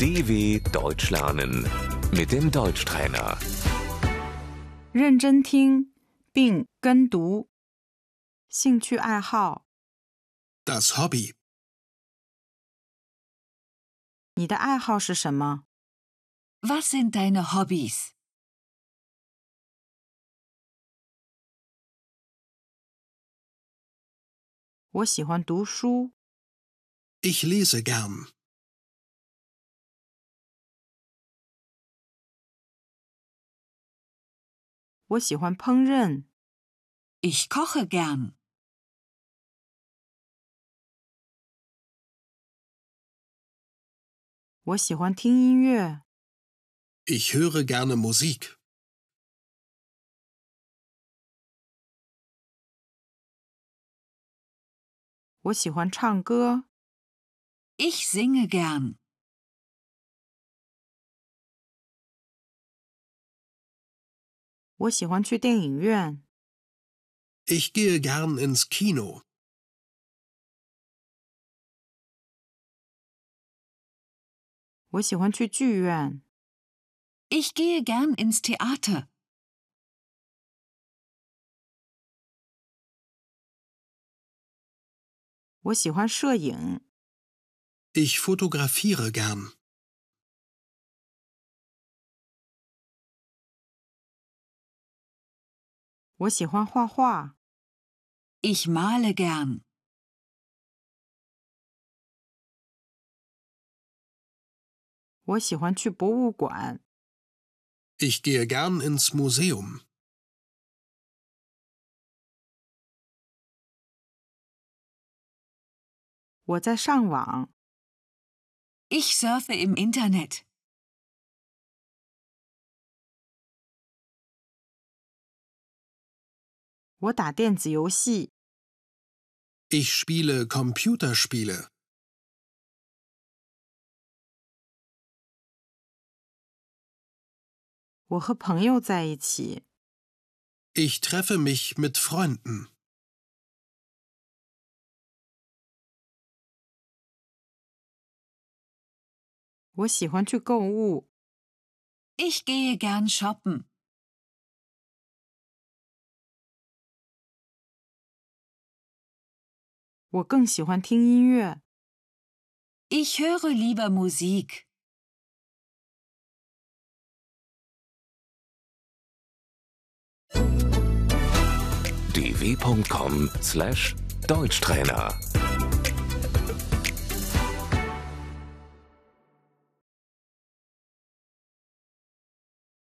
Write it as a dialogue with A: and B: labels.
A: DW Deutsch lernen mit dem Deutschtrainer.
B: 认真听并跟读。兴趣爱好，
C: Das Hobby.
B: 你的爱好是什么？
D: Was sind deine Hobbys?
B: 我喜欢读书，
C: Ich lese gern.
B: 我喜欢烹饪，
D: Ich koche gern.
B: 我喜欢听音乐，
C: Ich höre gerne Musik.
B: 我喜欢唱歌，
D: Ich singe gern.
B: 我喜欢去电影院，
C: Ich gehe gern ins Kino.
B: 我喜欢去剧院，
D: Ich gehe gern ins Theater.
B: 我喜欢摄影，
C: Ich fotografiere gern.
B: 我喜欢画画，
D: Ich male gern.
B: 我喜欢去博物馆，
C: Ich gehe gern ins Museum.
B: 我在上网，
D: Ich surfe im Internet.
B: 我打电子游戏，
C: Ich spiele Computerspiele.
B: 我和朋友在一起，
C: Ich treffe mich mit Freunden.
B: 我喜欢去购物，
D: Ich gehe gern shoppen.
B: 我更喜欢听音乐。
D: Ich höre lieber Musik.
A: dw.com/deutschtrainer